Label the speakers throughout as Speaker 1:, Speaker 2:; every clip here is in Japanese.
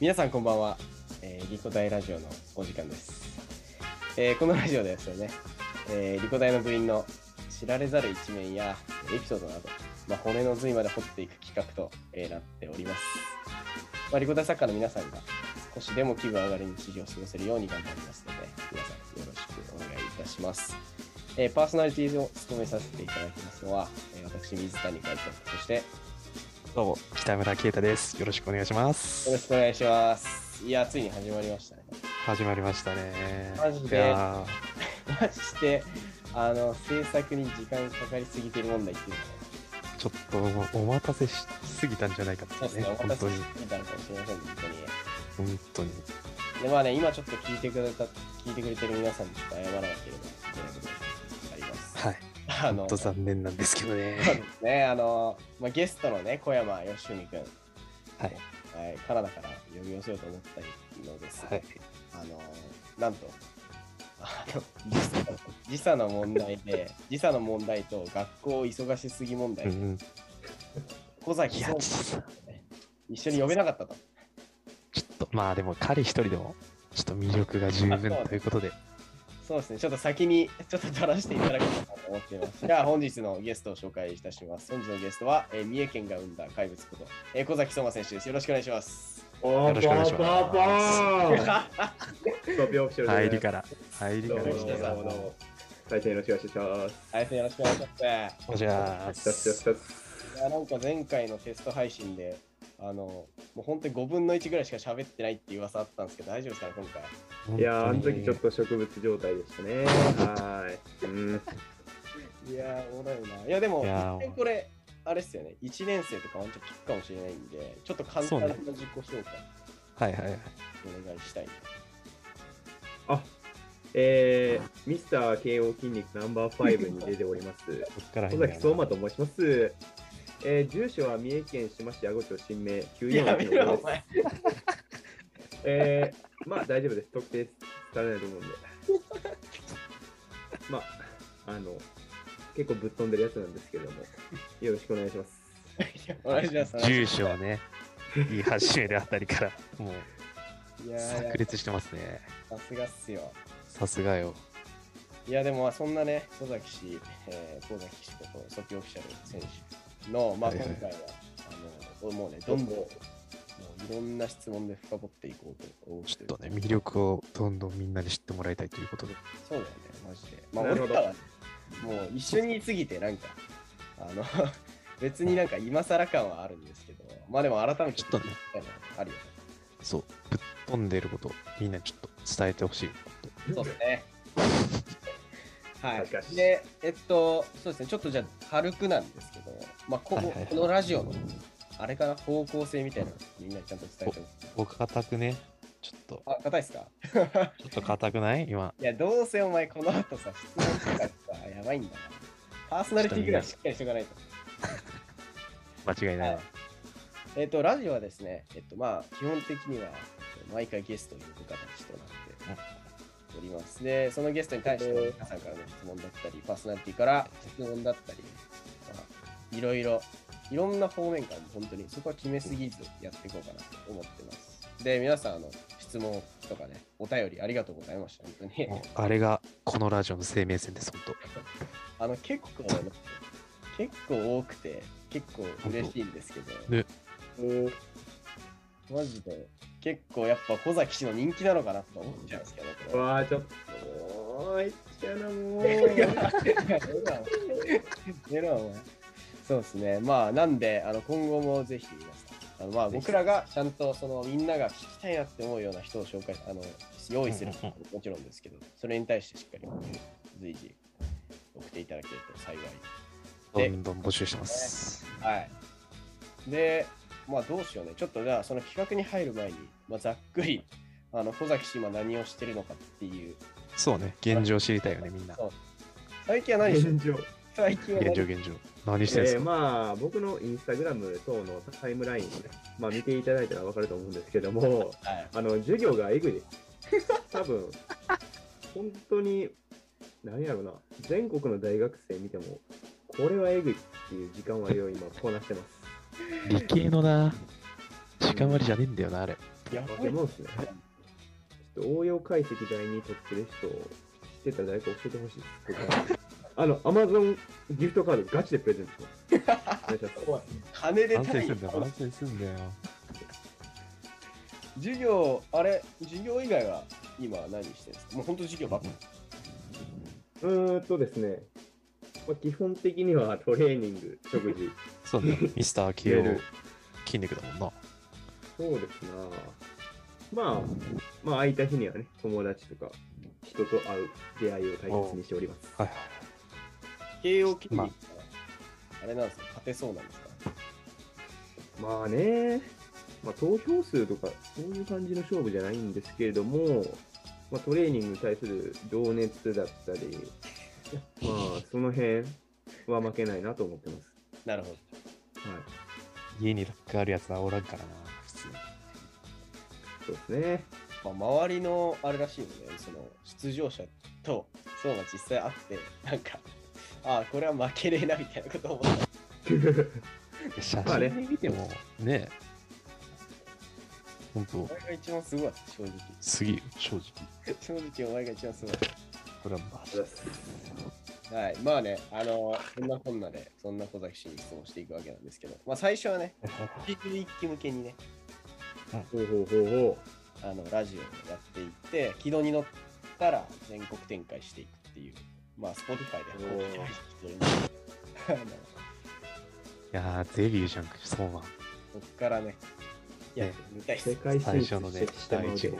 Speaker 1: 皆さんこんばんは、えー、リコ大ラジオのお時間です、えーこのラジオではですね、えーリコ大の部員の知られざる一面やエピソードなど、まあ、骨の髄まで掘っていく企画と、えーなっております、まあ、リコ大作家の皆さんが少しでも気分上がる日常を過ごせるように頑張りますので皆さんよろしくお願いいたしますえーパーソナリティを務めさせていただきますのは、えー私水谷海斗そして
Speaker 2: どうも、北村啓太です。よろしくお願いしま
Speaker 1: よろ
Speaker 2: す。
Speaker 1: しくお願いします。いや、ついに始まりましたね。
Speaker 2: 始まりましたね。
Speaker 1: マジで
Speaker 2: いや
Speaker 1: まして、あの、制作に時間かかりすぎてる問題っていうのはね、
Speaker 2: ーちょっともうお待たせしすぎたんじゃないか
Speaker 1: そう
Speaker 2: っ
Speaker 1: で
Speaker 2: て
Speaker 1: すね、お待
Speaker 2: 本
Speaker 1: た
Speaker 2: 当
Speaker 1: せ
Speaker 2: に
Speaker 1: し、てたのかもしれません、本当に。
Speaker 2: 本当に。
Speaker 1: で、まあね、今ちょっと聞いてくれた、聞いてくれてる皆さんにちょっと謝らなければいけないことがあります。
Speaker 2: はい。
Speaker 1: あ
Speaker 2: 本
Speaker 1: の、
Speaker 2: 当
Speaker 1: そう
Speaker 2: 残念なんですけどね。
Speaker 1: ですね、あの、まあ、ゲストのね、小山よしみくん、
Speaker 2: はい。
Speaker 1: はい、カナダから呼び寄せようと思ったのですが、
Speaker 2: はい。
Speaker 1: あのなんとあの時差の時差の問題で時差の問題と学校忙しすぎ問題、
Speaker 2: うん。
Speaker 1: 小崎さん
Speaker 2: いやちょっ
Speaker 1: 一緒に呼べなかったと
Speaker 2: ちょっと、まあでも彼一人でも、ちょっと魅力が十分ということで、
Speaker 1: そうですねちょっと先にちょっと垂らしていただけたらと思っていますじゃあ本日のゲストを紹介いたします本日のゲストは、えー三重県が生んだ怪物こと、えー小崎相馬選手ですよろしくお願いし ます
Speaker 3: よ
Speaker 2: ろしくお願いします
Speaker 3: トピオフィシャル
Speaker 2: 入
Speaker 3: で
Speaker 2: り
Speaker 3: す。
Speaker 2: から、入り
Speaker 3: ど
Speaker 2: か
Speaker 3: う
Speaker 2: ら
Speaker 3: も
Speaker 1: 入
Speaker 2: で
Speaker 1: り
Speaker 2: す
Speaker 3: ど
Speaker 2: ね
Speaker 3: うもどうも。対戦よろしくお願いします。
Speaker 1: はいよろしくお願いします
Speaker 2: おじゃあ、
Speaker 3: よしよしよし
Speaker 1: いやなんか前回のテスト配信で、あの、もう本当に5分の1ぐらいしか喋ってないっていう噂あったんですけど、大丈夫ですかね、今回。
Speaker 3: いやー、あの時ちょっ
Speaker 2: と。
Speaker 3: と植物状態でしたね。はーい。うん。
Speaker 1: いやー、おもろいな。いや、でも、
Speaker 2: いやー
Speaker 1: 一見これ、あれっすよね、1年生とかワンチャン聞くかもしれないんで、ちょっと簡単な
Speaker 2: そう
Speaker 1: 自己紹介
Speaker 2: はいはいはい。
Speaker 1: お願いしたい。
Speaker 3: あえー、ミスター慶応筋肉ナンバー5に出ております。
Speaker 2: こっから入る
Speaker 3: 小
Speaker 2: んだよ
Speaker 3: 崎
Speaker 2: な
Speaker 3: 相馬と申します。えー、住所は三重県志摩市阿児町新名
Speaker 1: やめ
Speaker 3: 946
Speaker 1: ろ、お
Speaker 3: です。
Speaker 1: 前。
Speaker 3: えー、まあ大丈夫です。特定されないと思うんで。まあ、あの、結構ぶっ飛んでるやつなんですけれども、よろしくお願いします。
Speaker 1: お願いします。
Speaker 2: 住所をね、言い始めるあたりから、もう、
Speaker 1: いや
Speaker 2: 炸
Speaker 1: ー、
Speaker 2: 裂してますね。
Speaker 1: さすがっすよ。
Speaker 2: さすがよ。
Speaker 1: いやでもまあそんなね、戸崎氏、えー、戸崎氏こと、ソピオフィシャル選手の、まあ、
Speaker 2: はい
Speaker 1: 今
Speaker 2: はい
Speaker 1: 回は、あのもうね、どんどんもういろんな質問で深掘っていこうと思って
Speaker 2: ちょ
Speaker 1: る
Speaker 2: っとね、魅力をどんどんみんなに知ってもらいたいということで。
Speaker 1: そうだよね、マジで。まあ、
Speaker 3: なる
Speaker 1: 俺
Speaker 3: ほど
Speaker 1: らはもう一緒にいすぎて、なんか、あの 別になんか今更感はあるんですけど、まあでも改めて
Speaker 2: ちょっとね
Speaker 1: 聞きたいのあるよね。
Speaker 2: そう、ぶっ飛んでることをみんなにちょっと伝えてほしい。
Speaker 1: そうですね。は
Speaker 3: 確か
Speaker 1: い。
Speaker 3: に
Speaker 1: で、えっと、そうですね、ちょっとじゃあ、軽くなんですけど、まあこ、
Speaker 2: はいはいはい
Speaker 1: このラジオの、あれかな、方向性みたいなのみんなにちゃんと伝えてます。
Speaker 2: 僕固くね、ちょっと、
Speaker 1: あ、硬いっすか
Speaker 2: ちょっと固くない今。
Speaker 1: いや、どうせお前、この後さ、質問とかさ、やばいんだから。パーソナリティぐらいしっかりしとかないと。
Speaker 2: 間違いないわ。
Speaker 1: えっと、ラジオはですね、えっと、まあ、基本的には、毎回ゲストを呼ぶ形となっております。で、そのゲストに対しては、皆さんからの質問だったり、パーソナリティから質問だったり、まあ、いろいろ、いろんな方面からも本当に、そこは決めすぎずやっていこうかなと思ってます。で、皆さん、あの、質問とかね、お便りありがとうございました、本当に。
Speaker 2: もうあれがこのラジオの生命線です、本当。
Speaker 1: あの、結構、結構多くて、結構嬉しいんですけど、
Speaker 2: ね
Speaker 1: うんマジで、結構やっぱ小崎氏の人気なのかなと思っちゃうんですけど、これ
Speaker 3: わあ、ちょっと、もう、いっちゃな、もう。
Speaker 1: 出ろお前そうですね、まあ、なんで、あの今後もぜひ皆さん、あのまあ、
Speaker 2: ぜひ
Speaker 1: 僕らがちゃんとそのみんなが聞きたいなって思うような人を紹介あの用意する
Speaker 2: うんう
Speaker 1: もちろんですけど、それに対してしっかり随時送っていただけると幸い
Speaker 2: どんどん募集してます。
Speaker 1: はい。で、まあどうしようね。ちょっとじゃあその企画に入る前に、まあ、ざっくり、あの、小崎氏今何をしてるのかっていう。
Speaker 2: そうね、現状知りたいよね、みんな。
Speaker 1: そう最近は何してる
Speaker 3: 現状。
Speaker 1: 最近は
Speaker 2: 現
Speaker 1: 何
Speaker 2: 状、現状。何してるんです
Speaker 3: え
Speaker 2: か、
Speaker 3: ーまあ、僕のインスタグラム等のタイムラインをね、まあ、見ていただいたらわかると思うんですけども、
Speaker 1: はい
Speaker 3: あの、授業がえぐいです。多分、本当に、何やろうな、全国の大学生見ても、これはえぐいっていう時間割を今、こなしてます。
Speaker 2: 理系のな、時間割りじゃねえんだよな、あれ。や
Speaker 3: 化
Speaker 2: ば
Speaker 3: け
Speaker 2: い。
Speaker 3: 物っすね。ちょっと応用解析第二取ってる人、知ってたら誰か教えてほしいです。あの、アマゾンギフトカードガチでプレゼントします。お願いしま す
Speaker 1: 怖い金で
Speaker 2: 反省
Speaker 1: 単位
Speaker 2: すんだよ、反省すんだよ。
Speaker 1: 授業、あれ、授業以外は今何してるんですかもう本当授業ばっかり。
Speaker 3: うーんとですね、まあ、基本的にはトレーニング、食事、
Speaker 2: そうね、ミスター
Speaker 3: い
Speaker 2: 慶
Speaker 3: ろいろ
Speaker 2: 応筋肉だもんな。
Speaker 3: そうですなまあ、まあ空いた日にはね、友達とか人と会う出会いを大切にしております。
Speaker 2: はいはい。
Speaker 1: 慶応筋肉
Speaker 2: ま
Speaker 1: は
Speaker 2: あ
Speaker 1: あれなんですか勝てそうなんですか
Speaker 3: まあね、まあ、投票数とかそういう感じの勝負じゃないんですけれども、まあ、トレーニングに対する情熱だったり、まあその辺は負けないなと思ってます。
Speaker 1: なるほど。
Speaker 3: はい、
Speaker 2: 家にラックあるやつはおらんからな、普通。
Speaker 3: そうですね。
Speaker 1: まあ、周りのあれらしいよね、その出場者とそうが実際あって、なんか、ああ、これは負けねえなみたいなことを思っ
Speaker 2: 写
Speaker 3: まあね
Speaker 2: 真で見ても、ね本当
Speaker 1: た。お前が一番すごい、正直。
Speaker 2: すぎる、正直。
Speaker 1: 正直、お前が一番すご
Speaker 2: これはマジ
Speaker 1: い。はい、まあね、あの、そんなこんなで、そんな小崎氏に質問していくわけなんですけど、まあ最初はね、一期一期向けにね、
Speaker 3: ほうほうほうほ
Speaker 1: あのラジオをやっていって、軌道に乗ったら全国展開していくっていう、まあ、Spotify で
Speaker 3: おー
Speaker 1: 展開してるんで、あの
Speaker 2: いやー、デビューじゃん、そうなん。
Speaker 1: こっからね、やってみたいで
Speaker 3: う。世
Speaker 1: す。
Speaker 3: 界進
Speaker 2: 最
Speaker 3: 出
Speaker 2: 初のね
Speaker 3: してしてもらう
Speaker 2: 第一
Speaker 3: け
Speaker 2: 号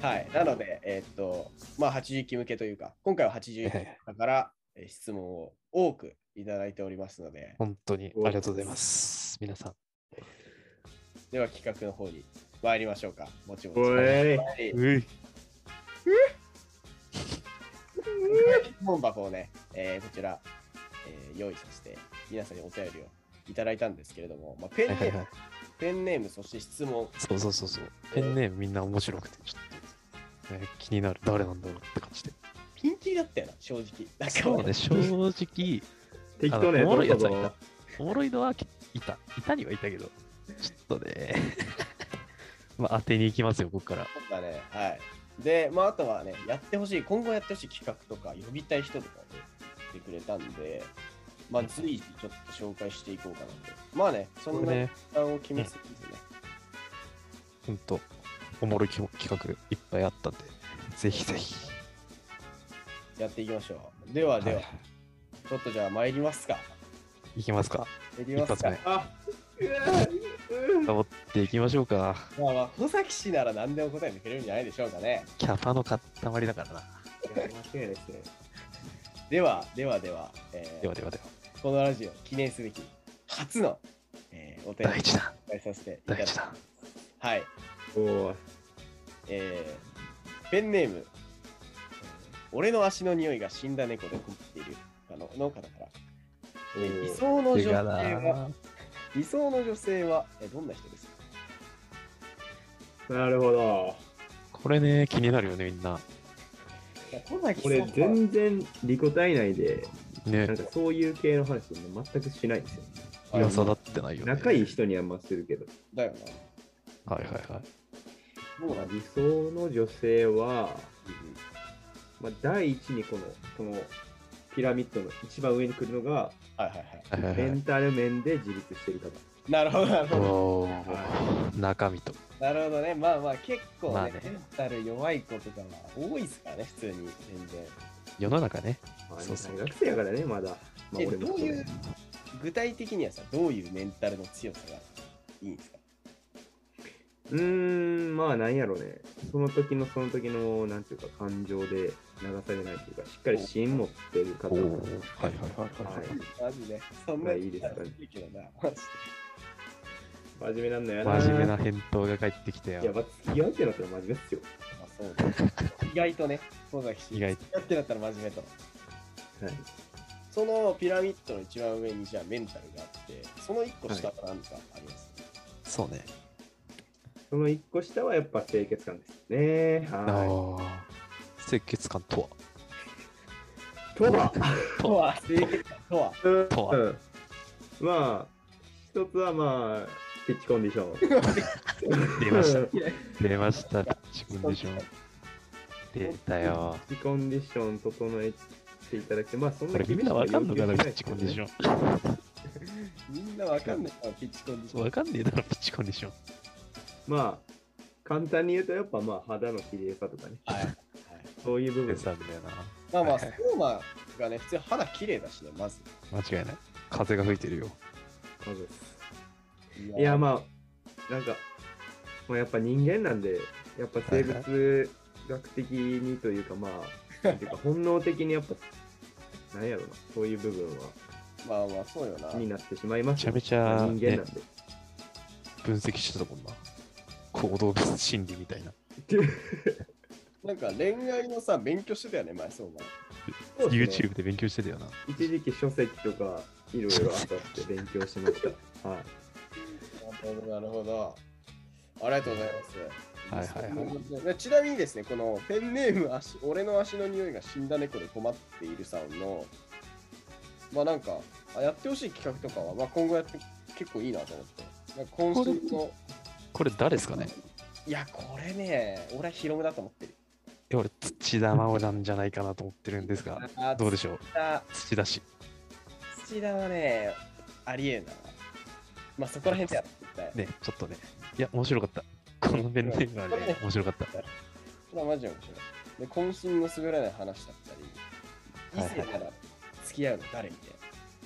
Speaker 3: ど
Speaker 1: はい。なので、えーっと、まあ、80期向けというか、今回は81期だから、えー質問を多くいただいておりますので、
Speaker 2: 本当にありがとうございます。皆さん。
Speaker 1: では企画の方に参りましょうか。もちもち。
Speaker 3: おい、
Speaker 1: はい
Speaker 2: い。
Speaker 1: 質問箱をね、えーこちら、えー用意させて、皆さんにお便りをいただいたんですけれども、まあ、ペン
Speaker 2: は
Speaker 1: ネ
Speaker 2: いはい
Speaker 1: ー
Speaker 2: は
Speaker 1: ム
Speaker 2: い、。
Speaker 1: ペンネーム、そして質問、
Speaker 2: そうそうそうそう。ペンネームみんな面白くて、ちょっと、ね、気になる。誰なんだろうって感じで。
Speaker 1: ピンキリだったよな、正直。なんか
Speaker 2: そうね、正直、
Speaker 3: 適
Speaker 2: あ
Speaker 3: 当な
Speaker 2: のおもろ
Speaker 3: やつ
Speaker 2: いやつ
Speaker 3: だ
Speaker 2: は
Speaker 3: っ
Speaker 2: い
Speaker 3: た
Speaker 2: た
Speaker 3: ぞ。
Speaker 2: おもろいのはきいた。いたにはいたけど、ちょっとね。 まあ、当てに行きますよ、ここから。
Speaker 1: そうだね。はい。で、まあ、あとはね、やってほしい、今後やってほしい企画とか、呼びたい人とかをね言ってくれたんで、まあ、随時ちょっと紹介していこうかなと。まあね、そ
Speaker 2: こ
Speaker 1: ん
Speaker 2: れ
Speaker 1: な時
Speaker 2: ね、
Speaker 1: 間を決めつつね、
Speaker 2: ほんと、おもろい企画企画いっぱいあったんで、ぜひぜひ。
Speaker 1: やっていきましょう。では、では、
Speaker 2: い、
Speaker 1: ちょっとじゃあ参りますか。
Speaker 2: いきますか。
Speaker 1: 参り
Speaker 2: 一
Speaker 1: ます
Speaker 2: 発
Speaker 1: か。
Speaker 2: 目。
Speaker 3: あ、うわうわ
Speaker 2: 頑張っていきましょうか。
Speaker 1: まあまあ、小崎氏なら何でも答えてくれるんじゃないでしょうかね。
Speaker 2: キャパの塊だからな。
Speaker 3: いや間違いないですね。
Speaker 1: では、ではでは、えー
Speaker 2: ではではでは。
Speaker 1: このラジオ記念すべき初の、えーお便り
Speaker 2: 第
Speaker 1: を
Speaker 2: 一弾、
Speaker 1: 紹介させていただ
Speaker 2: 第
Speaker 1: きま
Speaker 2: 一
Speaker 1: す。
Speaker 2: 弾。
Speaker 1: はい。
Speaker 3: おお、
Speaker 1: えーペンネーム、俺の足の匂いが死んだ猫で困っているあのの方から、えー理想の女
Speaker 2: 手
Speaker 1: 性
Speaker 2: が
Speaker 1: は、
Speaker 2: な。
Speaker 1: 理想の女性はえーどんな人ですか
Speaker 3: なるほど。
Speaker 2: これね、気になるよね、みんな。
Speaker 1: いや小崎
Speaker 3: これ
Speaker 1: さんは
Speaker 3: 全然リコ体内で
Speaker 2: ね
Speaker 3: なん、かそういう系の話も全くしないんですよ、
Speaker 1: あ
Speaker 2: 噂だってないよね。
Speaker 3: 仲いい人にはまあするけど
Speaker 1: だよ
Speaker 2: はいはいはい。
Speaker 1: な。もうなん
Speaker 3: 理想の女性は、まあ、第一にこのこのピラミッドの一番上に来るのが
Speaker 1: はいはいはい。
Speaker 2: はいはい
Speaker 3: メ
Speaker 2: はい
Speaker 3: ンタル面で自立してる方、
Speaker 1: なるほど、なるほど。
Speaker 2: おー中身と。
Speaker 1: なるほどね。まあまあ、結構
Speaker 2: まあ
Speaker 1: ね、
Speaker 2: ね
Speaker 1: メンタル弱い子とかは多いですからね、普通に。全然。
Speaker 2: 世の中ね。
Speaker 3: まあ
Speaker 2: そうそう
Speaker 3: 大学生やからねまだ、まあ、
Speaker 1: え
Speaker 3: 俺も
Speaker 1: どう
Speaker 3: そう
Speaker 1: い
Speaker 3: だ
Speaker 1: う
Speaker 3: けど、
Speaker 1: 具体的にはさ、どういうメンタルの強さがいいんですか
Speaker 3: うーんまあなんやろうねその時のその時のなんていうか感情で流されないというかしっかり芯持ってる方
Speaker 2: おーは
Speaker 3: が
Speaker 2: いはいはいは
Speaker 1: マ
Speaker 2: い。
Speaker 1: ジで。そん
Speaker 3: ま
Speaker 1: な
Speaker 3: あいいですかね
Speaker 1: いいけどな。マジで
Speaker 3: 真面目なんだよな
Speaker 2: 真面目な返答が返ってきた
Speaker 3: いや
Speaker 2: よ。
Speaker 3: まあ付き合うってなったら真面目っすよ
Speaker 1: まあそうね意外とね、そうだし、
Speaker 2: 意外と
Speaker 1: やってなったら真面目と。
Speaker 3: はい
Speaker 1: そのピラミッドの一番上にじゃあメンタルがあって、その一個下から何かあります、
Speaker 2: そうね。
Speaker 3: その一個下はやっぱ清潔感ですね。は
Speaker 2: ああ。清潔感とは。
Speaker 3: い。とは、
Speaker 1: とは、清潔感とは。
Speaker 3: う ん
Speaker 2: とは
Speaker 3: うんまあ、一つはまあ、ピッチコンディション。
Speaker 2: 出ました
Speaker 3: うん。ピ
Speaker 2: 出ました、ピッチコンディション。出たよ。
Speaker 3: ッチコンディション整えていただきて、まあそん
Speaker 2: こ
Speaker 3: な
Speaker 2: れみんなわかんのかな、ピッチコンディシ
Speaker 3: ョン。
Speaker 2: ョン。
Speaker 1: みんなわかんないから、ピッチコンディシ
Speaker 2: そう
Speaker 1: ョ
Speaker 2: わ
Speaker 1: ン。
Speaker 2: かんねえだろ、ピッチコンディション。
Speaker 3: まあ、簡単に言うと、やっぱまあ肌の綺麗さとかね、
Speaker 1: はい。はい
Speaker 3: そういう部
Speaker 2: 出
Speaker 3: 分。
Speaker 2: たんだよな。
Speaker 1: まあまあ、
Speaker 2: はい
Speaker 1: ストーマがね、普通肌綺麗だしね、まず。
Speaker 2: 間違いない。風が吹いてるよ。
Speaker 3: まず
Speaker 1: い
Speaker 3: いや、まあ、なんか、まあ、やっぱ人間なんで、やっぱ生物学的にというか、ま あ、なんていうか、本能的にやっぱ、なんやろな、そういう部分は
Speaker 1: まあまあ、そうよな。
Speaker 3: 気になってしまいますよ
Speaker 2: めちゃめちゃ
Speaker 3: 人間なんで。
Speaker 2: 分析してたもんな。行動心理みたいな。
Speaker 1: なんか恋愛のさ、勉強してたよね、前、そうま。
Speaker 3: そうですね
Speaker 2: YouTube で勉強してたよな。
Speaker 3: 一時期書籍とか、いろいろあさって勉強しました。はい。
Speaker 1: なるほど、なるほど。ありがとうございます。
Speaker 2: はいはいはい
Speaker 1: はい。ちなみにですね、このペンネーム足、俺の足の匂いが死んだ猫で困っているさんの、まあなんか、あやってほしい企画とかは、まあ今後やって結構いいなと思って。なんか今週の、
Speaker 2: これ誰ですかね
Speaker 1: いや、これね、俺はヒロムだと思ってる。
Speaker 2: え俺、土田真央なんじゃないかなと思ってるんですが、
Speaker 1: あ
Speaker 2: どうでしょう
Speaker 1: 土田、
Speaker 2: 土田氏。
Speaker 1: 土田はね、ありえんな。まあそこら辺でやっていきたい。
Speaker 2: ね、ちょっとね。いや、面白かった。このペンネームはね、面白かった。
Speaker 1: これはマジで面白い。で、渾身の滑らない話だったり、
Speaker 2: はい
Speaker 1: 異性から付き合うの誰みたいな。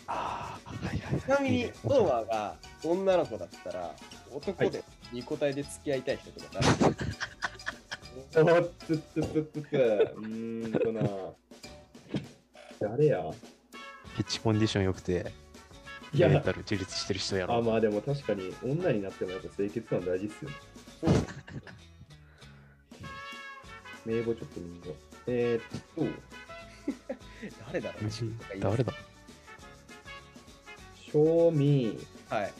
Speaker 2: ああ、はいはいはい。
Speaker 1: ちなみ
Speaker 2: いい
Speaker 1: に
Speaker 2: ね、
Speaker 1: オーマーが女の子だったら、男で二個体で付き合いたい人とか誰、
Speaker 3: おっつっつっつっつっつ。うーんとな。誰や
Speaker 2: ピッチコンディション良くて、
Speaker 3: い
Speaker 2: メン
Speaker 3: や
Speaker 2: タ、ル自立してる人や
Speaker 3: あ、
Speaker 2: ろ。
Speaker 3: まあでも確かに、女になってもやっぱ清潔感大事っすよね。
Speaker 1: そう
Speaker 3: 名簿ちょっと見よう。えー、っと、
Speaker 1: 誰だろう
Speaker 2: 誰だ
Speaker 3: 賞味、
Speaker 1: はい。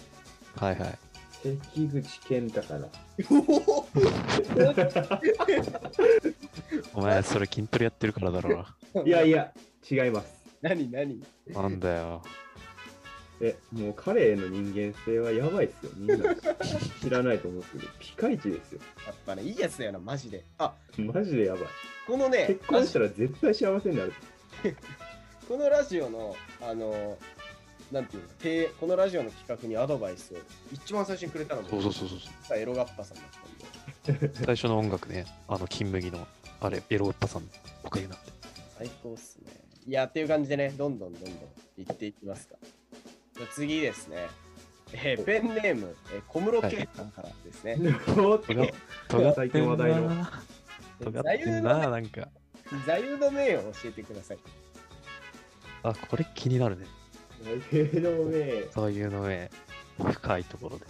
Speaker 2: はいはい。
Speaker 3: 関口健太かな。
Speaker 2: お前、それ筋トレやってるからだろ
Speaker 3: いやいや、違います。
Speaker 1: 何何
Speaker 2: うな。なんだよ。
Speaker 3: え、もう彼への人間性はやばいっすよ。みんな知らないと思うんですけど、ピカイチですよ。
Speaker 1: やっぱね、いいやつだよな、マジで。あ、
Speaker 3: マジでやばい。
Speaker 1: このね
Speaker 3: 結、婚したら絶対幸せになる。
Speaker 1: このラジオの、あの、なんていうのて、このラジオの企画にアドバイスを一番最初にくれたのも、
Speaker 2: そうそうそうそう。
Speaker 1: さエロガッパさんだったんで。
Speaker 2: 最初の音楽ね、あの、金麦の、あれ、エロッパさんのおかげなんで。
Speaker 1: 最高っすね。いや、っていう感じでね、どんどんどんどん行っていきますか。じゃあ次ですね。えーペンネーム、えー小室圭さんからですね。
Speaker 3: おっと
Speaker 2: 尖ってんな
Speaker 3: 最近話題の
Speaker 2: 尖ってんな、なんか。
Speaker 1: 座右の銘を教えてください。
Speaker 2: あ、これ気になるね。
Speaker 3: 大のね、
Speaker 2: そういうのね、深いところで。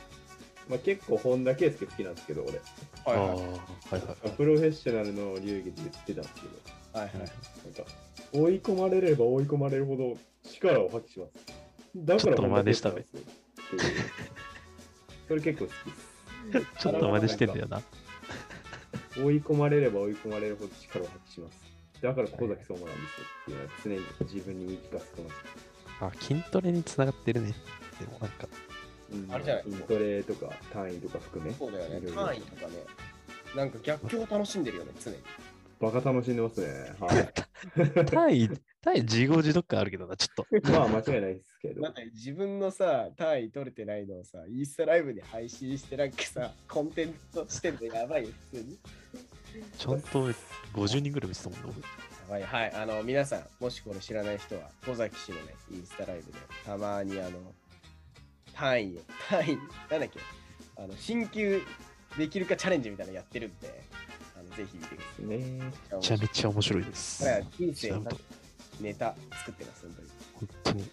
Speaker 3: まあ、結構本田圭佑好きなんですけど、俺。
Speaker 2: あ
Speaker 1: はい
Speaker 2: あ
Speaker 1: はい
Speaker 2: ー、はいはい。
Speaker 3: プロフェッショナルの流儀で言ってたんですけど、
Speaker 1: はいはい。
Speaker 3: なんか、追い込まれれば追い込まれるほど力を発揮します。だから本田圭佑なんですよっていうそれ結構好きです。
Speaker 2: ちょっと真似してんだよな。
Speaker 3: 追い込まれれば追い込まれるほど力を発揮します。だから小崎相馬なんですよっていうのは常に自分に言い聞かせてます。
Speaker 2: あ、筋トレにつながってるね。でもなんか、
Speaker 3: うん
Speaker 1: あれじゃない
Speaker 3: 筋トレとか単位とか含め。
Speaker 1: そうだよね
Speaker 3: いろ。いろ
Speaker 1: 単位とかね。なんか逆境を楽しんでるよね、常に。
Speaker 3: バカ楽しんでますね。はい。
Speaker 2: 単位、単位自業自得感あるけどな、ちょっと。
Speaker 3: まあ間違いないですけど
Speaker 1: な。んか自分のさ、単位取れてないのをさ、インスタライブで配信してなんかさ、コンテンツとしてんのやばいよ、普通に。
Speaker 2: ちゃんと50人ぐらい見てたもんな、
Speaker 1: はい、はい、あの皆さん、もしこれ知らない人は、小崎氏のね、インスタライブで、たまにあの、単位を、単位、なんだっけ、あの、進級できるかチャレンジみたいなのやってるんで、あのぜひ見てく
Speaker 3: ね
Speaker 1: だ
Speaker 2: めち
Speaker 1: さ
Speaker 2: ゃ
Speaker 1: い。
Speaker 2: めちゃ面白いです。
Speaker 1: これは人生
Speaker 2: ちゃ
Speaker 1: の
Speaker 2: んと、
Speaker 1: ネタ作ってます、本当に。
Speaker 2: 本当に、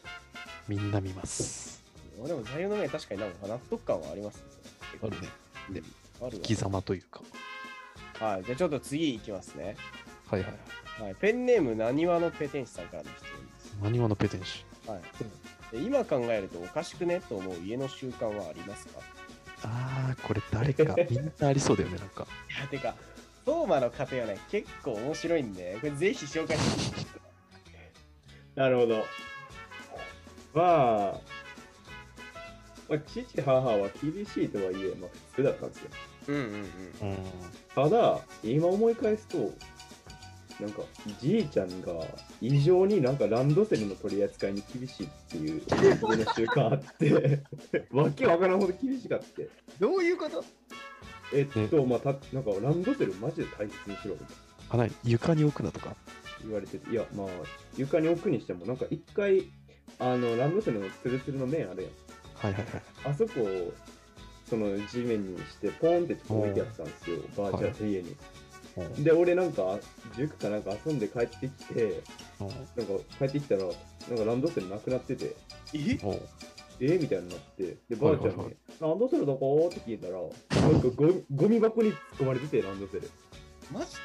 Speaker 2: みんな見ます。
Speaker 1: 俺も座右の銘確かになんか納得感はありますね。
Speaker 2: あるね。ね
Speaker 1: ある
Speaker 2: 生き様というか。
Speaker 1: わ。はい、じゃあちょっと次いきますね。
Speaker 2: はいはいはい。
Speaker 1: はい、ペンネーム、なにわのペテン師さんからの質問です。
Speaker 2: 何者ペテン師。
Speaker 1: はい、で今考えるとおかしくねと思う家の習慣はありますか
Speaker 2: あー、これ誰 か、みんなありそうだよね、なんか。
Speaker 1: いや、てか、相馬の家庭はね、結構面白いんで、これぜひ紹介して
Speaker 3: なるほど。まあ、まあ、父母は厳しいとはいえ、まあ、普通だったんですよ。
Speaker 1: うんうんうん。
Speaker 2: うん。
Speaker 3: ただ、今思い返すと、なんか、じいちゃんが異常になんかランドセルの取り扱いに厳しいっていう感じの習慣あって、 わけわからんほど厳しかって。
Speaker 1: どういうこと
Speaker 3: えっと、まあ、たなんかランドセルマジで大切にしろみたいな
Speaker 2: あ、なに床に置くなとか。
Speaker 3: 言われてて、いや、まあ、床に置くにしても、なんか一回、あの、ランドセルのツルツルの面あるやん。
Speaker 2: はいはいはい。
Speaker 3: あそこをその地面にしてポンって置いてやってたんですよ、ばあちゃんの家
Speaker 2: う
Speaker 3: に。
Speaker 2: ん
Speaker 3: で、俺なんか塾かなんか遊んで帰ってきて、なんか帰ってきたら、なんかランドセルなくなってて、
Speaker 1: え
Speaker 2: うんうん
Speaker 3: えー、みたいになって、で、ばあちゃ
Speaker 2: は
Speaker 3: んに、
Speaker 2: いはいはい
Speaker 3: ランドセルどこって聞いたら、なんかゴミゴミ箱に突っ込まれてて、ランドセル。
Speaker 1: マジ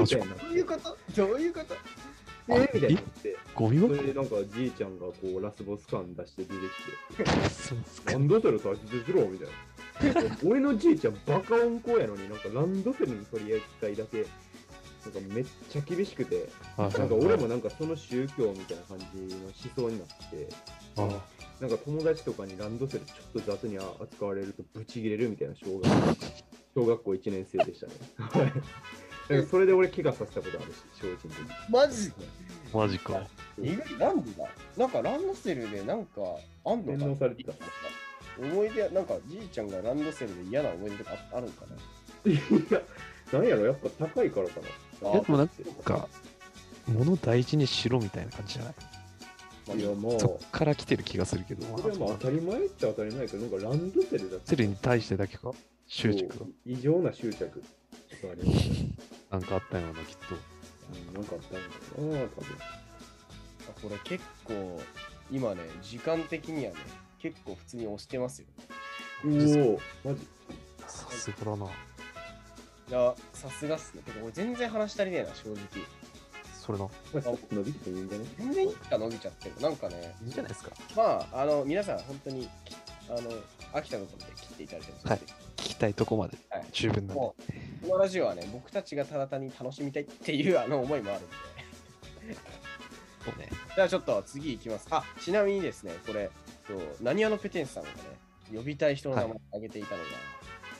Speaker 2: マジか
Speaker 3: みたいになって
Speaker 1: どういうことどういうこと
Speaker 3: えー、みたいになって。
Speaker 2: ゴミ
Speaker 3: そ
Speaker 2: 箱
Speaker 3: れでなんかじいちゃんがこうラスボス感出して出てき
Speaker 2: そうっす
Speaker 3: て、
Speaker 2: か
Speaker 3: ランドセル大切にしろみたいな。俺のじいちゃんバカ温厚やのになんかランドセルの取り扱いだけなんかめっちゃ厳しくて、
Speaker 2: はいはい
Speaker 3: な
Speaker 2: は
Speaker 3: ん
Speaker 2: い
Speaker 3: か俺もなんかその宗教みたいな感じの思想になって、
Speaker 2: あ
Speaker 3: なんか友達とかにランドセルちょっと雑に扱われるとブチギレるみたいな小学小学校1年生でしたね。はいなんかそれで俺怪我させたことあるし、小一の時。
Speaker 1: マジで
Speaker 2: マジか。
Speaker 1: 意外なんでだなんかランドセルでなんかあんの
Speaker 3: 洗脳
Speaker 1: か
Speaker 3: さ
Speaker 1: な
Speaker 3: れてた
Speaker 1: 思い出なんかじいちゃんがランドセルで嫌な思い出とかああるんかない
Speaker 3: や、なんやろ、やっぱ高いからかな。
Speaker 2: いやでもなんか、物大事にしろみたいな感じじゃない
Speaker 1: まあ
Speaker 3: いや、もう、
Speaker 2: そっから来てる気がするけど、
Speaker 3: これも当たり前っちゃ当たり前やけど、なんかランドセルだって
Speaker 2: セルに対してだけか執着が
Speaker 3: 異常な執着がありますね。
Speaker 2: なんかあったようなきっと。
Speaker 3: うんなんかあったんだろうな、多分。
Speaker 1: これ結構今ね時間的にはね結構普通に押してますよ
Speaker 3: おお、マジ。
Speaker 2: さすがだな。
Speaker 1: いやさすがっすねけど俺全然話足りねえな正直
Speaker 2: それな。
Speaker 3: まあ、ちょっと伸びててもいいんじゃない
Speaker 1: 全然いつか伸びちゃってるなんかね
Speaker 2: いいじゃないですか。
Speaker 1: まああの皆さん本当にきあの飽きたところで切っていただいても
Speaker 2: はい聞きたいとこまで
Speaker 1: はい
Speaker 2: 十分なんで。
Speaker 1: もう、このラジオはね、僕たちがただ単に楽しみたいっていうあの思いもあるんで。
Speaker 2: そうね。
Speaker 1: じゃあちょっと次行きます。あ、ちなみにですね、これ、そう何屋のペテンさんがね、呼びたい人の名前を挙げていたの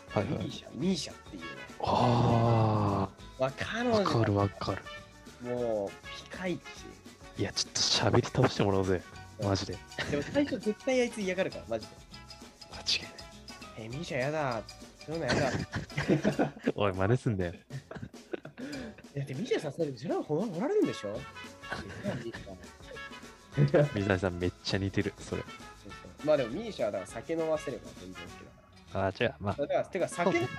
Speaker 2: はい
Speaker 1: が、
Speaker 2: は
Speaker 1: ミー
Speaker 2: い。
Speaker 1: シャ、ミーシャっていうね。
Speaker 2: あ
Speaker 1: まあ、彼
Speaker 2: あ、わ
Speaker 1: 女
Speaker 2: か
Speaker 1: が
Speaker 2: るわかる。
Speaker 1: もう、ピカイチ。
Speaker 2: いや、ちょっと喋り倒してもらおうぜ。マジで。
Speaker 1: でも最初絶対あいつ嫌がるから、マジで。
Speaker 2: 間違いない。
Speaker 1: えミーシャやだそういうのやだ。
Speaker 2: おい、真似すんだよ。
Speaker 1: だってミーシャさせると、それはほらほられるんでしょミーシャ
Speaker 2: 水谷さん、めっちゃ似てる。それ。
Speaker 1: そうそうまあでもミーシャはだから酒飲ませれば全然 OK だから。
Speaker 2: ああ、じゃあ、ま
Speaker 1: だから、てか酒飲ま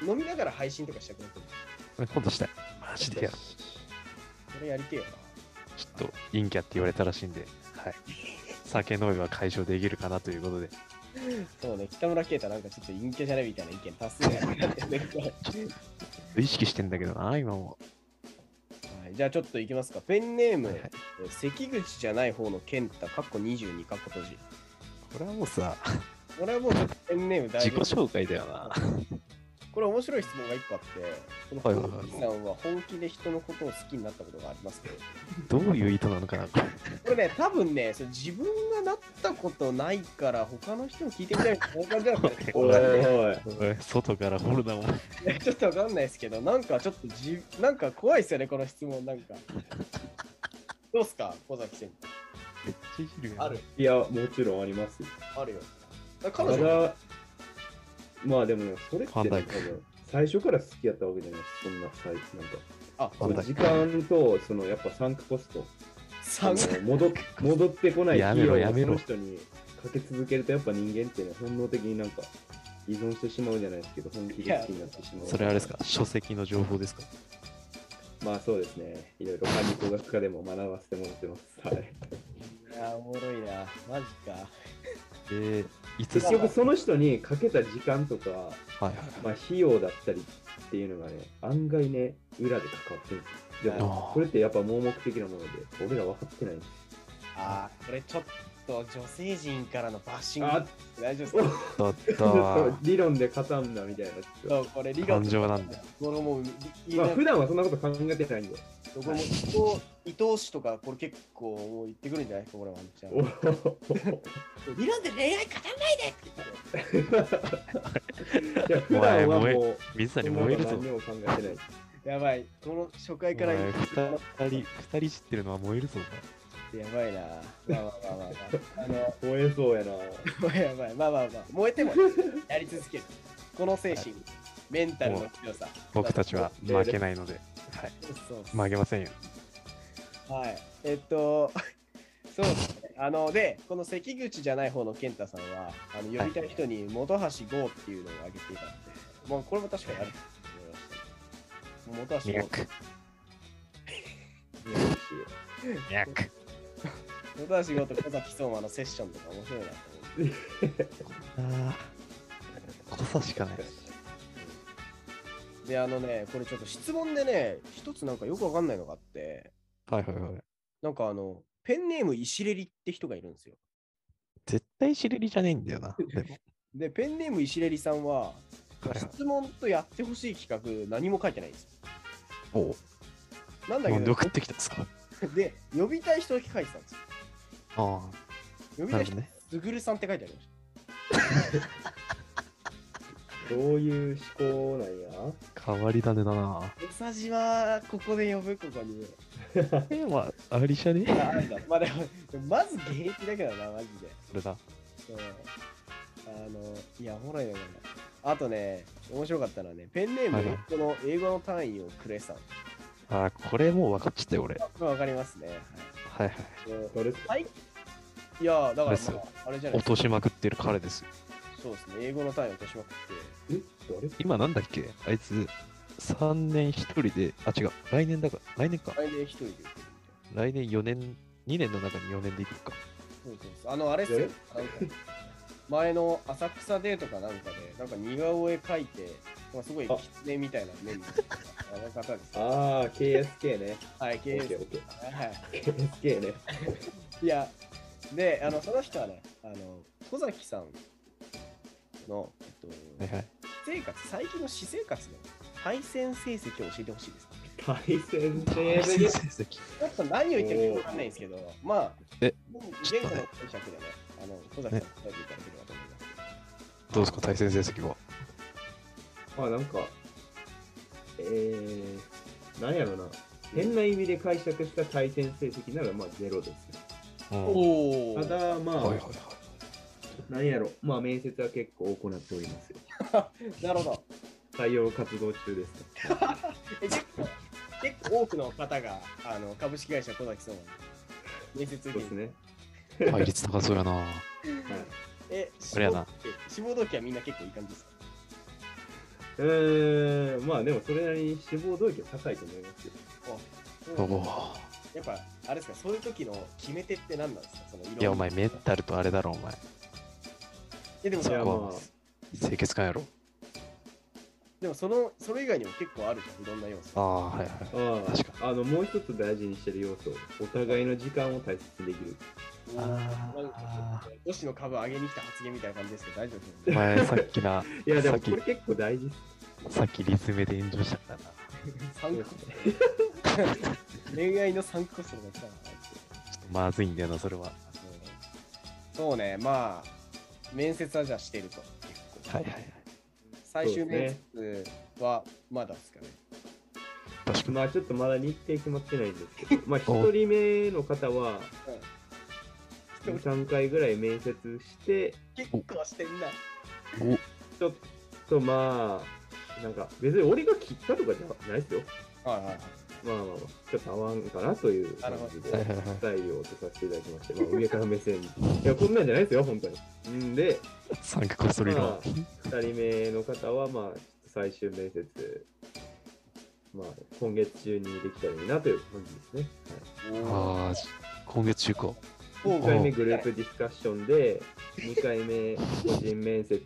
Speaker 1: せ飲みながら配信とかしたくなってる。
Speaker 2: あ、今度したい。マジでやる。
Speaker 1: これやりてえよな。
Speaker 2: ちょっと、陰キャって言われたらしいんで、はい。酒飲めば解消できるかなということで、
Speaker 1: そうね、北村啓太なんかちょっと陰キャじゃねみたいな意見多数やね
Speaker 2: 意識してんだけどな、今も。
Speaker 1: はい、じゃあちょっといきますか。ペンネーム、
Speaker 2: はいはい
Speaker 1: え関口じゃない方の健太、かっこ22、かっこ閉じ。
Speaker 2: これはもうさ、
Speaker 1: これはもうちょっとペンネーム大
Speaker 2: 自己
Speaker 1: 事
Speaker 2: 紹介だよな。
Speaker 1: これ面白い質問が一個あって、こ
Speaker 2: はい
Speaker 1: の
Speaker 2: はいはい
Speaker 1: 関口さんは本気で人のことを好きになったことがありますけど、
Speaker 2: どういう意図なのかな、これ。
Speaker 1: これね、多分ね、それ自分がなったことないから、他の人も聞いてみたいみたいな感じ なんです
Speaker 2: お
Speaker 3: お
Speaker 2: い
Speaker 3: い
Speaker 1: ね。
Speaker 3: おい。
Speaker 2: おい外から掘るな、お前。
Speaker 1: い やちょっとわかんないですけど、なんかちょっとじ、なんか怖いですよね、この質問、なんか。どうっすか、小崎先
Speaker 2: めっちゃいじるやん
Speaker 1: 輩。ある、
Speaker 3: いや、もちろんあります。
Speaker 1: あるよ。だ
Speaker 3: た
Speaker 1: から彼女、
Speaker 3: だ、まあでもね、それってね、
Speaker 2: ファ
Speaker 3: 多
Speaker 2: ンダイク
Speaker 3: 分最初から好きやったわけじゃないそんな最なんか。
Speaker 1: あ、
Speaker 2: ファンダイク
Speaker 3: 時間と、そのやっぱサンクコスト。
Speaker 1: 三
Speaker 3: あの 戻っ戻ってこない
Speaker 2: やめろ
Speaker 3: 費用
Speaker 2: や
Speaker 3: を
Speaker 2: めろ
Speaker 3: その人にかけ続けるとやっぱ人間ってね本能的になんか依存してしまうじゃないですけど本気で好きになってしまう
Speaker 2: それあれですか書籍の情報ですか
Speaker 3: まあそうですねいろいろ管理工学科でも学ばせてもらってます はい
Speaker 1: いや、おもろいな、マジか。
Speaker 2: で、いつ
Speaker 3: 結局その人にかけた時間とか、
Speaker 2: はいはい
Speaker 3: ま
Speaker 2: は
Speaker 3: あ、
Speaker 2: い。
Speaker 3: 費用だったりっていうのがね案外ね裏で関わってるんですよでも
Speaker 2: あー
Speaker 3: これってやっぱ盲目的なもので俺ら分かってないんです
Speaker 1: あー、これちょっと女性陣からのバッシング
Speaker 3: あ
Speaker 1: 大丈夫ですか
Speaker 2: ちょっ
Speaker 3: ちょ
Speaker 2: と
Speaker 3: っと、理論で勝たんなみたいなちょ
Speaker 1: そ
Speaker 3: っ
Speaker 1: うこれ理論
Speaker 2: 感情なんだ
Speaker 1: これもうい
Speaker 3: と。
Speaker 1: い
Speaker 3: まあ
Speaker 1: な
Speaker 3: 普段はそんなこと考えて ないんで。
Speaker 1: これも伊藤伊藤氏とかこれ結構もう言ってくるんじゃないこれワンちゃん
Speaker 3: お
Speaker 1: 理論で恋愛語らないでって言ってる
Speaker 3: いや普段は
Speaker 2: 燃え
Speaker 3: もう
Speaker 2: 水
Speaker 3: そん
Speaker 2: 谷
Speaker 3: なこ
Speaker 2: 燃え
Speaker 3: と
Speaker 2: るぞ
Speaker 3: 何。にも考えてない。
Speaker 1: やばいこの初回から
Speaker 2: お前二人、二人知ってるのは燃えるぞ。
Speaker 1: やばいなまあまあまあまあまああの
Speaker 3: 燃えそうやな。
Speaker 1: もうやばいまあまあまあ燃えてもねやり続けるこの精神メンタルの強さ
Speaker 2: 僕たちは負けないの
Speaker 1: そ
Speaker 2: で、
Speaker 1: うそうそう
Speaker 2: 負けませんよ。
Speaker 1: はい。えっと、 そうですね。あの、で、この関口じゃない方の健太さんは、あの呼びたい人に本橋剛っていうのを挙げていたので、まあ、これも確かにあると思いました。
Speaker 2: ミャ
Speaker 1: 本
Speaker 2: ク、ミャク。
Speaker 1: 橋剛、本橋剛と小崎相馬のセッションとか面白いなと思って。
Speaker 2: ああ、こさしかない。
Speaker 1: で、あのね、これちょっと質問でね、一つなんかよくわかんないのがあって、
Speaker 2: はいはいはい。
Speaker 1: なんかあの、ペンネーム石レリって人がいるんですよ。
Speaker 2: 絶対知れりじゃねえんだよな。 でも、
Speaker 1: で、ペンネーム石レリさんは、
Speaker 2: はいはい
Speaker 1: 質問とやってほしい企画何も書いてないんですよ。
Speaker 2: おう
Speaker 1: なんだ
Speaker 2: な
Speaker 1: け
Speaker 2: んで
Speaker 1: ど、
Speaker 2: 送ってきたんですか
Speaker 1: で、呼びたい人だけ書いてたんですよ。
Speaker 2: あ
Speaker 1: 呼
Speaker 2: あ、
Speaker 1: び
Speaker 2: な
Speaker 1: 出
Speaker 2: る
Speaker 1: し
Speaker 2: ほ
Speaker 1: て
Speaker 2: どね。
Speaker 1: すぐるさんって書いてありまし
Speaker 3: どういう思考なんや
Speaker 2: 変わり種だな。
Speaker 1: た。うさじはここで呼ぶここに。
Speaker 2: え、まあ、ありじゃね
Speaker 1: あ あんだまあでも、まず現役だけどな、マジで。
Speaker 2: それだ。
Speaker 1: うんあの、いや、おもろいのかな。あとね、面白かったのはね、ペンネーム
Speaker 2: は
Speaker 1: の
Speaker 2: い
Speaker 1: この英語の単位をくれさん。
Speaker 2: ああ、これもう分かっちゃったよ、俺。
Speaker 1: まあわかりますね。
Speaker 2: はいはい。
Speaker 1: はいうん
Speaker 3: どれ
Speaker 1: はい。いや、だか
Speaker 2: あれっ
Speaker 1: ら、
Speaker 2: す
Speaker 1: ま
Speaker 2: よ
Speaker 1: あ、あれじゃない
Speaker 2: 落としまくってる彼です。
Speaker 1: そうですね、英語の単位を落としまくって。
Speaker 3: え誰
Speaker 2: 今なんだっけあいつ、3年1人で、あ、違う、来年だから、来年か。
Speaker 1: 来年一人で行けるみ
Speaker 2: 来年4年、2年の中に4年でいくか。
Speaker 1: たいな。そうそうそう。あの、あれっすよ
Speaker 3: え。
Speaker 1: なんか前の浅草デーとかなんかで、なんか似顔絵描いて、まあ、すごい
Speaker 3: あ
Speaker 1: 狐みたいな目にしてたあの方 です。
Speaker 3: ああ、KSK ね。
Speaker 1: はい、経営
Speaker 3: OK、
Speaker 1: 者
Speaker 3: OK。
Speaker 1: はい。
Speaker 3: KSK ね。
Speaker 1: いや、で、あの、その人はね、あの、小崎さんの、えっ
Speaker 2: はい
Speaker 1: と、
Speaker 2: はい。
Speaker 1: 生活、最近の私生活の対戦成績を教えてほしいです。
Speaker 3: 対戦成績。
Speaker 2: 成績。
Speaker 1: ちょっと何を言ってるかわかんないんですけど、まあ、
Speaker 2: え
Speaker 1: 前回の解釈でね、あの、小崎さんに答えていただければと思います。
Speaker 2: どうですか、対戦成績は。
Speaker 3: あ、なんか、えー、なんやろな。変な意味で解釈した対戦成績なら、まあ、ゼロです。
Speaker 2: うん
Speaker 1: お
Speaker 3: ただ、ま
Speaker 2: はいはい
Speaker 3: あ、
Speaker 2: はい。
Speaker 3: なんやろ。まあ、面接は結構行っておりますよ。
Speaker 1: なるほど。
Speaker 3: 採用活動中ですね。
Speaker 1: え結構結構多くの方があの株式会社小崎さん面接
Speaker 3: そう
Speaker 1: 受
Speaker 3: です
Speaker 1: けに
Speaker 3: ね。
Speaker 2: 倍率高そうやな。
Speaker 3: はい。
Speaker 1: え志
Speaker 2: あれやな
Speaker 1: 望志望動機はみんな結構いい感じですか
Speaker 3: えー、まあ、でも、それなりに志望動機は高いと思いますよ。
Speaker 2: お
Speaker 1: うん
Speaker 2: お。
Speaker 1: やっぱあれですかそういう時の決め手って何なんですかそのいろんない
Speaker 2: や、お前、メンタルとあれだろ、お前。
Speaker 1: えでも
Speaker 3: いや、
Speaker 1: さ
Speaker 2: こ
Speaker 3: まあ、
Speaker 2: 清潔感やろ。
Speaker 1: でもそのそれ以外にも結構あるじゃんいろんな要
Speaker 2: あ
Speaker 1: 素
Speaker 2: あ、はいはい。
Speaker 3: あ
Speaker 2: 確
Speaker 3: ああのもう一つ大事にしてる要素、お互いの時間を大切にできる。
Speaker 1: うん
Speaker 2: あー
Speaker 1: なんかちょっと女子の株上げに来た発言みたいな感じですけど大丈夫です
Speaker 2: お
Speaker 1: か
Speaker 2: 前、さっきな、
Speaker 3: いや、でも
Speaker 2: さっき
Speaker 3: これ結構大事っ
Speaker 2: さっきリズムで炎上しちゃったな。
Speaker 1: サンクコスト 恋愛のサンクコストが来たな
Speaker 2: ちょっとまずいんだよな、それは。
Speaker 1: そうね、まあ、面接はじゃあしてると。
Speaker 2: はいはいはい。
Speaker 1: 最終
Speaker 3: そうで
Speaker 1: 面
Speaker 3: す
Speaker 1: 接はまだですかね。
Speaker 2: 確
Speaker 3: す。
Speaker 2: かに。
Speaker 3: まあちょっとまだ日程決まってないんですけど、まあ1人目の方は
Speaker 1: うん
Speaker 3: 2、3回ぐらい面接して、
Speaker 1: 結構してんな。
Speaker 3: ちょっとまあ、なんか別に俺が切ったとかじゃないですよ。
Speaker 1: はいはいはい。
Speaker 3: まあまあまあ、ちょっと合わんかなという感じで
Speaker 2: はいはいはい。
Speaker 3: 採用とさせていただきまして、まあ、上から目線。いや、こんなんじゃないですよ、本当に。んで、
Speaker 2: サンクコスト理論。
Speaker 3: 2人目の方は、まあ、最終面接、まあ、今月中にできたらいいなという感じですね。
Speaker 1: お
Speaker 2: ああ、今月中か。
Speaker 1: ー
Speaker 3: 1回目グループディスカッションで、2回目個人面接、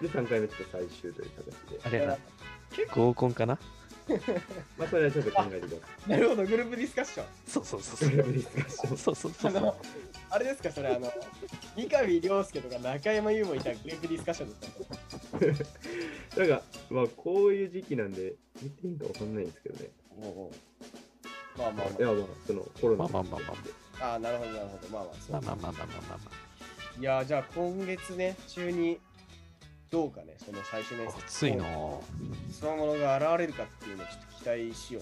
Speaker 3: で、3回目ちょっと最終という形で。
Speaker 2: あれやな。
Speaker 1: 結構
Speaker 2: 合コンかな
Speaker 3: まあ、それはちょっと考えてくださ
Speaker 1: なるほど、グループディスカッション。
Speaker 2: そうそうそうそ
Speaker 3: い。それ
Speaker 2: う。
Speaker 3: はディスカッション。
Speaker 2: そうそうそう
Speaker 1: あ
Speaker 2: そう
Speaker 1: の。あれですか、それ、あの、 三上涼介とか中山優もいたグループディスカッションだったの
Speaker 3: なんか、まあ、こういう時期なんで、見ていいんかわかんないんですけどね。
Speaker 1: おうおうまあまあ
Speaker 3: いや、まあ、その、コロ
Speaker 2: ま
Speaker 3: ナ。
Speaker 2: あまあまあまあ
Speaker 1: まあ、あーなるほど、なるほど。まあまあ、そ
Speaker 2: まあ
Speaker 1: う。
Speaker 2: まあまあまあまあまあま
Speaker 1: いやー、じゃあ今月ね、中に、どうかね、その最終年
Speaker 2: あ。暑いなぁ。
Speaker 1: そのものが現れるかっていうのをちょっと期待しよ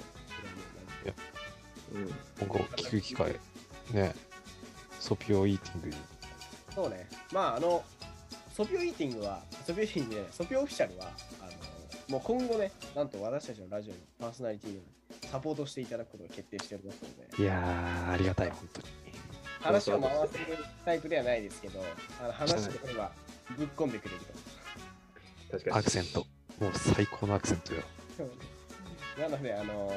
Speaker 1: う。
Speaker 3: うん。
Speaker 2: なんか聞く機会。ね。ソピオイーティングに。
Speaker 1: そうね。まあ、あの、ソピオイーティングは、ソピオイーティングじゃない、ソピオオフィシャルは、あの、もう今後ね、なんと私たちのラジオのパーソナリティにサポートしていただくことが決定しておりますので、
Speaker 2: いやー、ありがたい、本当に。
Speaker 1: 話を回せるタイプではないですけど、あの話してくればぶっ込んでくれる
Speaker 3: 確かに。
Speaker 2: アクセント。もう最高のアクセントよ。
Speaker 1: と。なので、あの、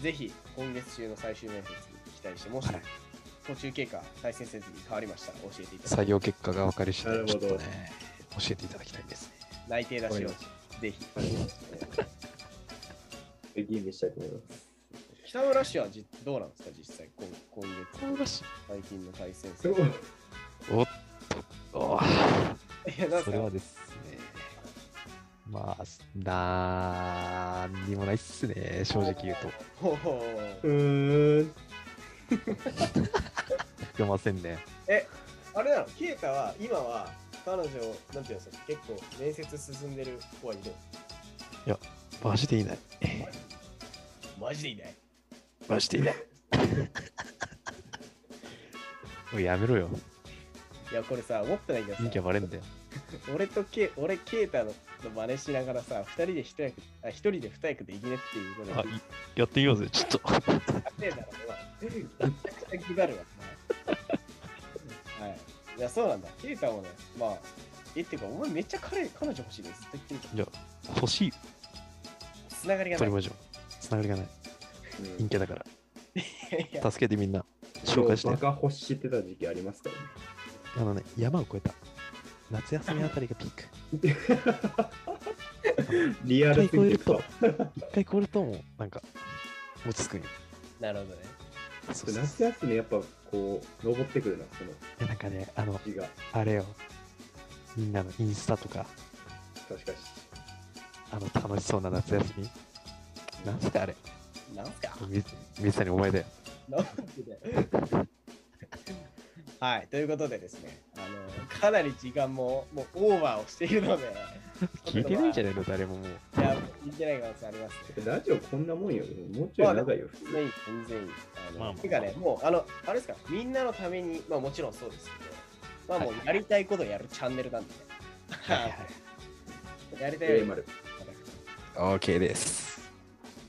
Speaker 1: ぜひ今月中の最終面接に期待して、もし
Speaker 2: はい
Speaker 1: 途中経過、対戦成績変わりましたら教えていただき
Speaker 2: 採用結果が分かり次
Speaker 3: なる
Speaker 2: 第、
Speaker 3: ほ
Speaker 2: ちょ
Speaker 3: ど
Speaker 2: っとね、教えていただきたいですね。
Speaker 1: 内定出しを
Speaker 3: わか
Speaker 1: ぜひ。
Speaker 3: ゲームしたいと思います。
Speaker 1: 北村氏はじどうなんですか、実際、今今
Speaker 2: こう
Speaker 1: 月、
Speaker 2: らしい
Speaker 1: 最近の対戦
Speaker 3: す
Speaker 1: 戦。
Speaker 3: ごい。
Speaker 2: おっと、おー
Speaker 1: いや、なんす
Speaker 2: そ
Speaker 1: か
Speaker 2: れはですね。まあ、なーんにもないっすね、正直言うと。
Speaker 1: ほうほう
Speaker 3: うん。
Speaker 2: 読ませんね。
Speaker 1: あれなの、ケイタは、今は、彼女、なんていうんですか、結構、面接進んでる子はいるの
Speaker 2: マジでいない。
Speaker 1: マジでいない。
Speaker 2: マジでい ない。おいやめろよ。
Speaker 1: いや、これさ、思ってないけど
Speaker 2: 陰キャ
Speaker 1: さ、
Speaker 2: バレんだよ。
Speaker 1: 俺とケイ、俺、ケイタのの真似しながらさ、二人で一役、あ一人で二役でいきねっていうこと
Speaker 2: あ
Speaker 1: で、
Speaker 2: いやってみようぜ、ちょっと。
Speaker 1: ねえだろうな。めちゃくちゃ気があるわ。はい。いや、そうなんだ。ケイタもね、まあ、え、っていうか、お前めっちゃ彼彼女欲しいです。ずっと言ってるけど
Speaker 2: 欲しい、
Speaker 1: つながりがな
Speaker 2: 取
Speaker 1: い。
Speaker 2: りましょう。つながりがない。陰キャだ か
Speaker 1: いや
Speaker 2: ら。助けてみんな。紹介して
Speaker 3: バ。カ欲してた時期ありますからね。
Speaker 2: あのね、山を越えた。夏休みあたりがピーク。
Speaker 3: リアルすぎて
Speaker 2: 一一回越えるともう、なんか、落ち着くんよ。
Speaker 1: なるほどね。
Speaker 2: そうそうそう
Speaker 3: 夏休みやっぱこう登ってくるなその
Speaker 2: いやなんかね、あの、
Speaker 3: 気が
Speaker 2: あれよ。みんなのインスタとか、
Speaker 3: 確かに
Speaker 2: あの、楽しそうな夏休み。なんすかあれ。
Speaker 1: なんすか
Speaker 2: み、みさにお前だよ。
Speaker 1: なんでだよ はい、ということでですね、あの、かなり時間ももうオーバーをしているので、
Speaker 2: 聞いてないんじゃ
Speaker 1: ない
Speaker 2: ないの誰ももう。
Speaker 1: いや、聞いてない可能性ありますね。
Speaker 3: ラジオこんなもんよもうちょい長いよ
Speaker 1: 全
Speaker 3: 普通
Speaker 1: 然いい、全然いい。あの
Speaker 2: まあまあ
Speaker 1: てかね、もう、あの、あれですか、みんなのために、まあもちろんそうですけど、まあもうやりたいことをやるチャンネルなんで、ね。
Speaker 2: はいはいはい。
Speaker 1: やりたいよう
Speaker 3: え
Speaker 1: に
Speaker 3: ーまる
Speaker 2: OK です。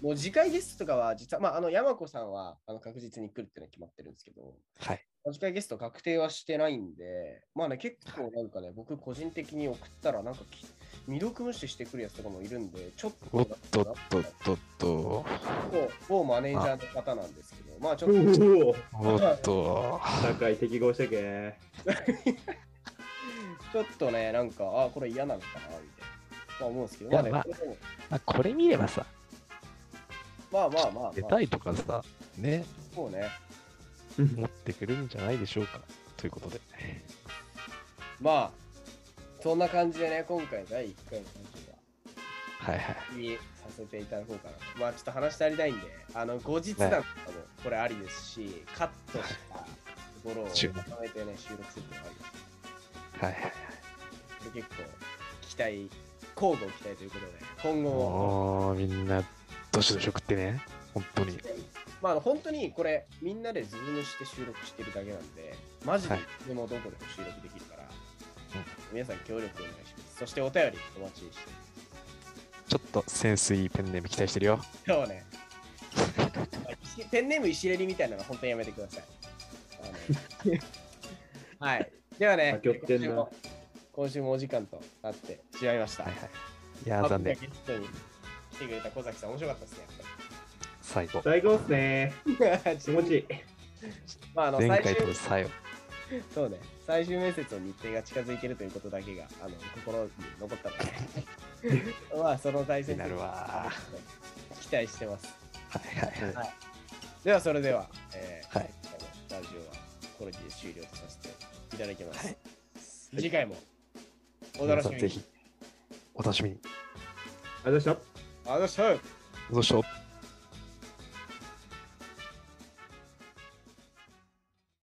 Speaker 1: もう次回ゲストとかは、実は、まあ、あの、山子さんは、あの、確実に来るっていうのは決まってるんですけど、
Speaker 2: はい。
Speaker 1: 次回ゲスト確定はしてないんで、まあね、結構なんかね、僕個人的に送ったら、なんかき、未読無視してくるやつとかもいるんで、ちょっと、
Speaker 2: おっとっとっとっと。
Speaker 1: 某マネージャーの方なんですけど、まあちょっと、
Speaker 3: おお
Speaker 2: おっと。
Speaker 3: 社会適合したけ
Speaker 1: ちょっとね、なんか、あ、これ嫌なのかな、みたいな、まあ思うんですけど、まあね、
Speaker 2: いやまあ
Speaker 1: これでも
Speaker 2: まあ、これ見ればさ、
Speaker 1: まあまあまあ、
Speaker 2: 出
Speaker 1: まあ
Speaker 2: た、いとかさ、ね、
Speaker 1: そうね、
Speaker 2: 持ってくるんじゃないでしょうか。ということで。
Speaker 1: まあ、そんな感じでね、今回第1回の話は、
Speaker 2: はいはい。
Speaker 1: にさせていただこうかなまあちょっと話足りないんで、あの後日談とかもこれありですし、カットしたところをま
Speaker 2: 注目
Speaker 1: とめてね、収録するのもありです。
Speaker 2: はいはい。
Speaker 1: これ結構、期待、交互期待ということで、今後も、
Speaker 2: もうみんな、どしどし送ってね。本当に。
Speaker 1: まああの本当にこれ、みんなでズームして収録してるだけなんで、マジでい
Speaker 2: はい
Speaker 1: つでもどこでも収録できるから、皆さん協力お願いします。そしてお便りお待ちしてます。
Speaker 2: ちょっとセンスいいペンネーム期待してるよ。
Speaker 1: そうね。石ペンネーム石レリみたいなの本当にやめてください。あのはい。ではね
Speaker 3: あ、極
Speaker 1: 今
Speaker 3: 限な
Speaker 1: 週も今週もお時間となってしまいました。
Speaker 2: はいはい。いやー、残念
Speaker 1: あ。今回ゲストに来てくれた小崎さん、面白かったですね。
Speaker 2: 最後。
Speaker 3: 最高っすね
Speaker 1: やっぱり
Speaker 3: 気 持ちいい
Speaker 1: まあ、あの
Speaker 2: 前
Speaker 1: 最
Speaker 2: 回
Speaker 1: 終
Speaker 2: と最後。
Speaker 1: そうね、最終面接の日程が近づいてるということだけがあの心に残ったので、 まあ、その対戦
Speaker 2: になるわ
Speaker 1: 期待してます。
Speaker 2: はいはいはい。
Speaker 1: では、それでは、えー
Speaker 2: はい。
Speaker 1: ラジオはこれで終了とさせていただきます。
Speaker 2: はい
Speaker 1: 次回もお
Speaker 2: 皆
Speaker 1: 楽
Speaker 2: さ
Speaker 1: し
Speaker 2: ん
Speaker 1: み
Speaker 2: ぜ
Speaker 1: に
Speaker 2: ひ。お楽しみに。
Speaker 3: ありがとうございました。
Speaker 1: ありがとうございました
Speaker 2: どうしよう。